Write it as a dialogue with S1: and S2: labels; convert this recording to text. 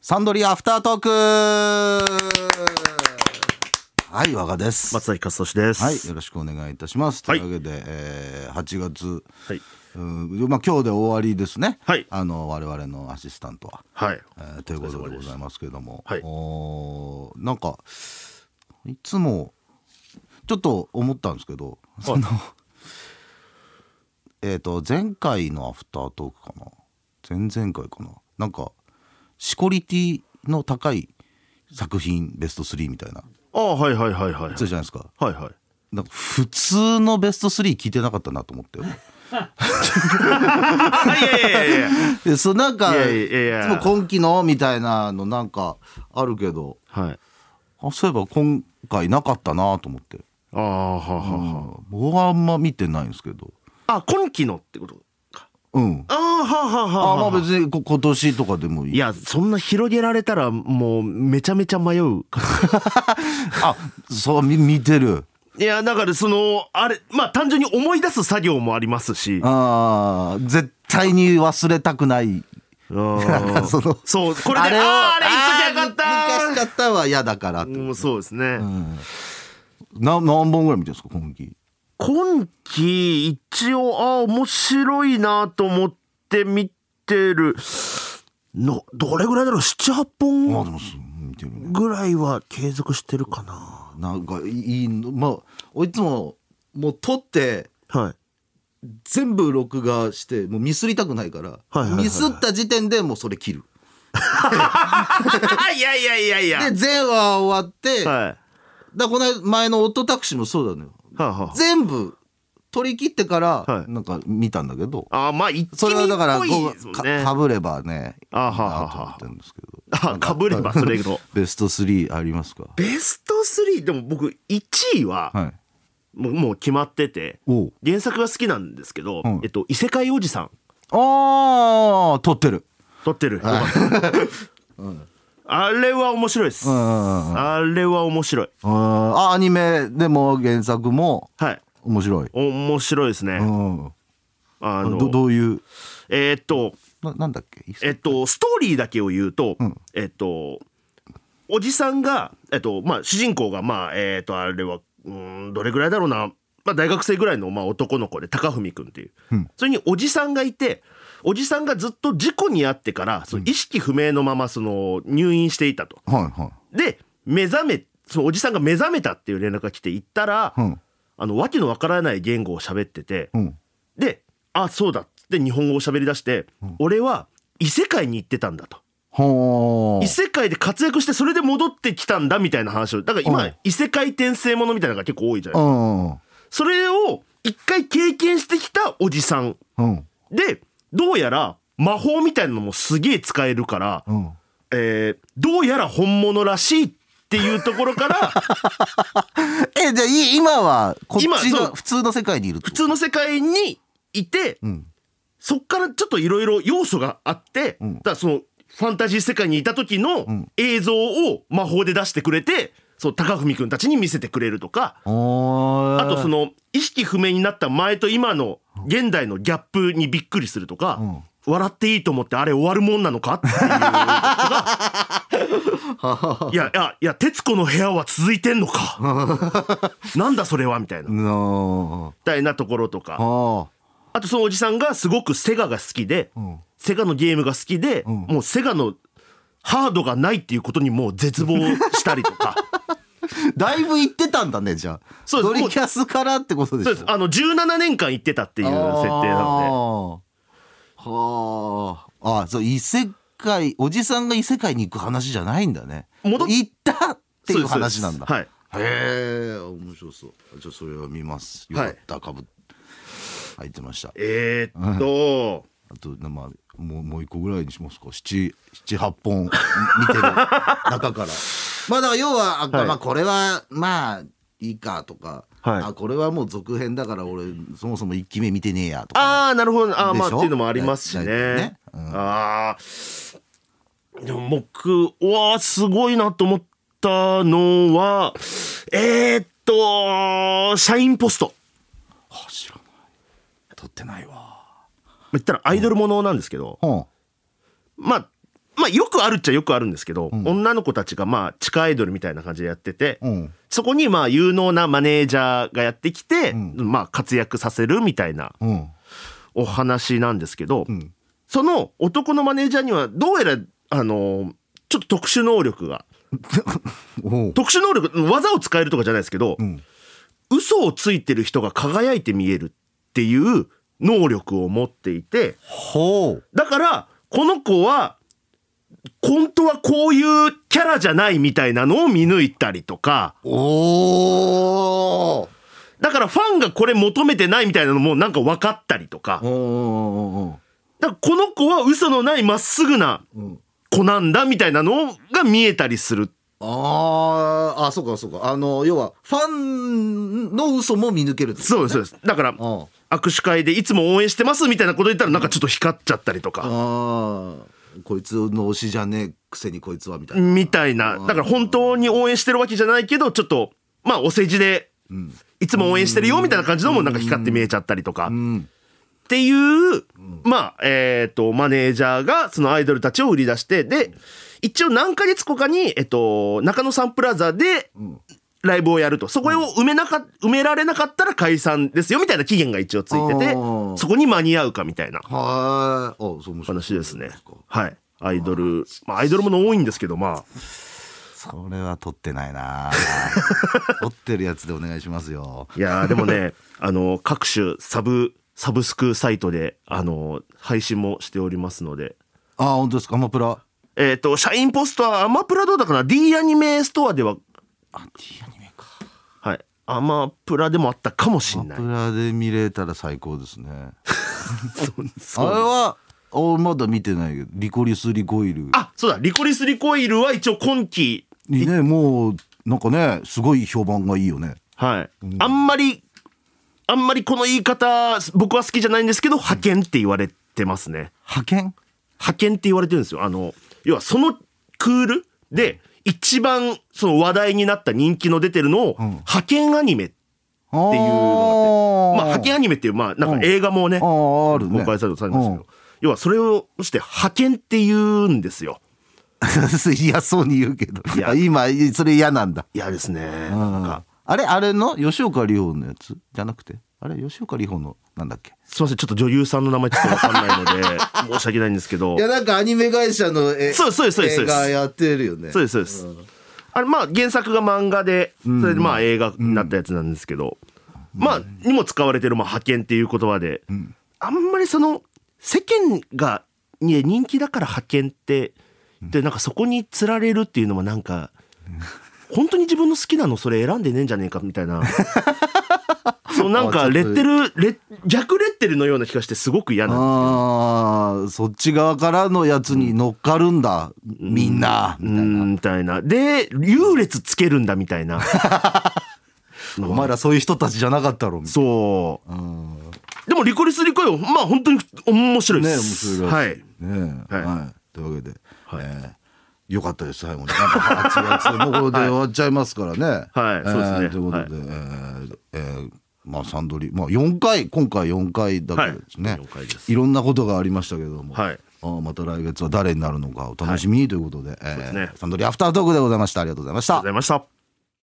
S1: サンドリーアフタートークはい、我がです。
S2: 松崎勝利です。
S1: はい、よろしくお願いいたします。
S2: はい
S1: というわけで、えー8月、
S2: はい。
S1: うんまあ、今日で終わりですね、
S2: はい
S1: あの我々のアシスタントは。
S2: はい。
S1: えーということでございますけれども、
S2: はい
S1: おーなんかいつもちょっと思ったんですけど、その えっ、と前回のアフタートークかな前々回かななんかシコリティの高い作品ベスト3みたいな
S2: ああ、はいはいはいはい。はい
S1: そうじゃないですか
S2: はいはい。
S1: なんか普通のベスト3聞いてなかったなと思って
S2: あいやいやいやいや。
S1: でそうなんか
S2: いやいやいや
S1: つも今期のみたいなのなんかあるけど
S2: はい。
S1: あそういえば今回なかったなと思って。
S2: ああ、はあはあは
S1: 僕はあんま見てないんですけど
S2: あ。あ、今期のってことか。
S1: うん
S2: ああ、はあはあは
S1: あ
S2: あ
S1: まあ
S2: はあ。
S1: 別にこ今年とかでもいい
S2: いや、そんな広げられたら、もうめちゃめちゃ迷うから。
S1: あ そうみ見てる
S2: いや、だからその、あれ、まあ単純に思い出す作業もありますし。
S1: あー絶対に忘れたくない なん
S2: あ
S1: かその
S2: そう、これで、あ
S1: を
S2: あ、あれ言
S1: あー
S2: っときゃよ
S1: 見
S2: かっ
S1: かしちゃったは嫌だからって
S2: た。もうそうですね。
S1: な何本ぐらい見てるんですか今期
S2: 今期一応あ面白いなと思って見てるのどれぐらいだろう78
S1: あ
S2: 本
S1: でもす見てるね
S2: ぐらいは継続してるかな
S1: なんかいいのまあ俺いつももう撮って
S2: はい
S1: 全部録画してもうミスりたくないから、
S2: いはいはいはい
S1: ミスった時点でもうそれ切る
S2: いやいやいやい
S1: で
S2: や
S1: 全話終わって、
S2: はい
S1: だからこの間前のオトタクシーもそうだね
S2: はあは
S1: 全部取り切ってか
S2: は
S1: ら
S2: い
S1: なんか見たんだけど、
S2: ああまあ一気
S1: そ
S2: 見
S1: れはだから
S2: っ
S1: こ
S2: ぽいです
S1: う
S2: もん
S1: か
S2: ね
S1: かぶればね
S2: あはは
S1: な
S2: は
S1: と思ってるんですけど
S2: あかぶればそれの
S1: ベスト3ありますか
S2: ベスト3でも僕1位は
S1: はい
S2: もうもう決まってて
S1: おう
S2: 原作が好きなんですけど、
S1: うん
S2: えっと異世界おじさん
S1: ああ撮ってる
S2: 撮ってる、よかったあれは面白いです、
S1: うんうんうんあ
S2: あれは面白い。
S1: ーあアニメでも原作も
S2: はい。
S1: 面白い、
S2: 面白いですね。
S1: うん、
S2: あの
S1: どどういう
S2: えーっと
S1: ななんだっけ
S2: えっとストーリーだけを言うと、
S1: ん
S2: えっとおじさんがえっとまあ主人公がまあえーっとあれはうーんどれぐらいだろうな。まあ、大学生ぐらいの、まあ、男の子で高文君っていう、
S1: うん
S2: それにおじさんがいておじさんがずっと事故に遭ってからその意識不明のままその入院していたと
S1: はいは
S2: で目覚めそのおじさんが目覚めたっていう連絡が来て行ったら、
S1: いうん
S2: あの訳のわからない言語を喋ってて、
S1: うん
S2: で「あそうだ」って日本語を喋り出して、俺は異世界に行ってたんだと
S1: ほ
S2: 異
S1: ー
S2: 世界で活躍してそれで戻ってきたんだみたいな話をだから
S1: う
S2: 今
S1: ん
S2: 異世界転生ものみたいなのが結構多いじゃ
S1: う
S2: ない
S1: んうん
S2: それを一回経験してきたおじさん
S1: うん
S2: でどうやら魔法みたいなのもすげえ使えるから、
S1: うん
S2: えーどうやら本物らしいっていうところから
S1: えじゃあい今はこっち
S2: 今そ
S1: の
S2: う
S1: 普通の世界にいるって
S2: 普
S1: こと
S2: 通の世界にいて、
S1: うん
S2: そっからちょっといろいろ要素があって、
S1: うん
S2: だからそのファンタジー世界にいた時の
S1: ん
S2: 映像を魔法で出してくれて、そう高文君たちに見せてくれるとか、
S1: あ
S2: あとそ
S1: の、
S2: の意識不明になった前と今の現代のギャップにびっくりするとか、
S1: うん
S2: 笑っていいと思ってあれ終わるもんなのか っていうとかいやいやいや『徹子の部屋』は続いてんのか なんだそれはみたいなみ
S1: の
S2: たいなところとか
S1: あ
S2: あとそのおじさんがすごくセガが好きで、
S1: ん
S2: セガのゲームが好きで、
S1: ん
S2: もうセガのハードがないっていうことにもう絶望したりとか
S1: ーだいぶ行ってたんだねじゃあ
S2: そうです
S1: ドリキャスからって ことでし
S2: そ
S1: ょ
S2: うですあの17年間行ってたっていう設定なの
S1: のではああそう異世界おじさんが異世界に行く話じゃないんだね
S2: 戻っ
S1: 行ったって
S2: で
S1: いう
S2: そうです
S1: 話なんだ
S2: はい
S1: へえ面白そうじゃあそれは見ますよかった、かぶ入ってました
S2: えー、っと
S1: あと、なまあ、もう、もう一個ぐらいにしますか。七、七八本見てる中から。 まあ、だから、要は、あ
S2: はい
S1: まあ、これは、まあ、いいかとか。
S2: はい
S1: あ、これはもう続編だから、俺、そもそも一期目見てねえやとか。
S2: ああなるほどあーまあ
S1: でし
S2: っ
S1: てょ
S2: いうのもありますしね
S1: だいたいねうん
S2: ああでも僕うわあすごいなと思ったのはえー、っと社員ポスト
S1: あ知らない。撮ってないわ。
S2: 言ったらアイドルものなんですけど、
S1: うん。
S2: まあまあよくあるっちゃよくあるんですけど、女の子たちがまあ地下アイドルみたいな感じでやってて、
S1: うん
S2: そこにまあ有能なマネージャーがやってきて、
S1: ん
S2: まあ活躍させるみたいな
S1: うん
S2: お話なんですけど、
S1: ん
S2: その男のマネージャーにはどうやらあのちょっと特殊能力が
S1: おう
S2: 特殊能力技を使えるとかじゃないですけど、
S1: ん
S2: 嘘をついてる人が輝いて見えるっていう能力を持っていて
S1: ほう
S2: だからこの子は本当はこういうキャラじゃないみたいなのを見抜いたりとか
S1: おー
S2: だからファンがこれ求めてないみたいなのもなんか分かったりとか
S1: おーお
S2: だからこの子は嘘のないまっすぐな
S1: ーおーうん
S2: 子なんだみたいなのが見えたりする
S1: あーあそうかそうかあの要はファンの嘘も見抜けるってこと
S2: そうですそうですだから
S1: あ
S2: 握手会でいつも応援してますみたいなこと言ったらなんかちょっと光っちゃったりとか
S1: あーこいつの推しじゃねえくせにこいつはみたいな
S2: みたいな。だから本当に応援してるわけじゃないけど、ちょっと、まあお世辞で、いつも応援してるよみたいな感じのもなんか光って見えちゃったりとか。
S1: ん
S2: っていう、まあ、えっ、と、マネージャーがそのアイドルたちを売り出して、で、一応何ヶ月後かに、えっ、と、中野サンプラザで、ライブをやるとそこを埋めなか、埋められなかったら解散ですよみたいな期限が一応ついてて
S1: あー
S2: そこに間に合うかみたいな
S1: はーいあそう面白い
S2: 話ですねはいアイドルまあアイドルもの多いんですけどまあ
S1: それは撮ってない な撮ってるやつでお願いしますよ
S2: いやーでもねあの各種サブサブスクサイトであの配信もしておりますので
S1: あー本当ですかアマプラ
S2: えっ、と社員ポストはアマプラどうだかな D アニメストアでは
S1: あ D アニメか
S2: はいアマプラでもあったかもし
S1: ア
S2: ん
S1: マ
S2: ない
S1: プラで見れたら最高ですねあ
S2: そう
S1: れはあまだ見てないけどリコリスリコイル
S2: あそうだリコリスリコイルは一応今期
S1: にねもうなんかねすごい評判がいいよね
S2: はい、あんまりあんまりこの言い方僕は好きじゃないんですけど派遣って言われてますね
S1: 派遣
S2: 派遣って言われてるんですよあの要はそのクールで一番その話題になった人気の出てるのを
S1: ん
S2: 派遣アニメって
S1: っていう
S2: いうのがあって、まあ、派遣ア
S1: に
S2: ニメっていうまあなんか映画もね
S1: あ
S2: 公
S1: ーあるね
S2: 開されてされましたけど要はそれをして派遣って言うんですよ。
S1: うん 嫌そうに言うけど
S2: いや
S1: あ今それ嫌なんだ
S2: いやですね
S1: う
S2: なん
S1: ん
S2: か
S1: あれあれの吉岡里帆のやつじゃなくてあれ吉岡里帆のなんだっけ
S2: すいませんちょっと女優さんの名前ちょっとわかんないの で申し訳ないんですけど
S1: いやなんかアニメ会社のえ
S2: そうですそうですそうです
S1: 映画やってるよね
S2: そうですそうです。あれまあ原作が漫画でそれでまあ映画になったやつなんですけど、まあにも使われてるまあ派遣っていう言葉で、あんまりその世間がに人気だから派遣ってでなんかそこにつられるっていうのもなんか。本当に自分の好きなのそれ選んでねえんじゃねえかみた いなそうなん
S1: あちょ
S2: か
S1: っと
S2: レッテルレ逆レッテルのような気がしてすごく嫌なん
S1: ああそっち側からのやつに乗っかるんだ、みんな、
S2: ですうんみたいなで優劣つけるんだみた いな
S1: お前らそういう人たちじゃなかったろみたい
S2: そう
S1: なうん
S2: でもリコリスリコイルまあ本当に面白いで
S1: ね面
S2: す。
S1: 白い
S2: はい。
S1: ねえ
S2: はい
S1: はい、というわけで、えーよかったです最後になんか8月もうこれで終わっちゃいますからね
S2: はい
S1: え
S2: そうですね
S1: ーということで、えーえーまあサンドリまあ4回今回4回だけですね、
S2: はい
S1: い
S2: 四回で
S1: ろんなことがありましたけども、
S2: はい
S1: あーまた来月は誰になるのかお楽しみにということで,、えー
S2: すね
S1: サンドリアフタートークでございましたありがとうございました
S2: ありがとうございました。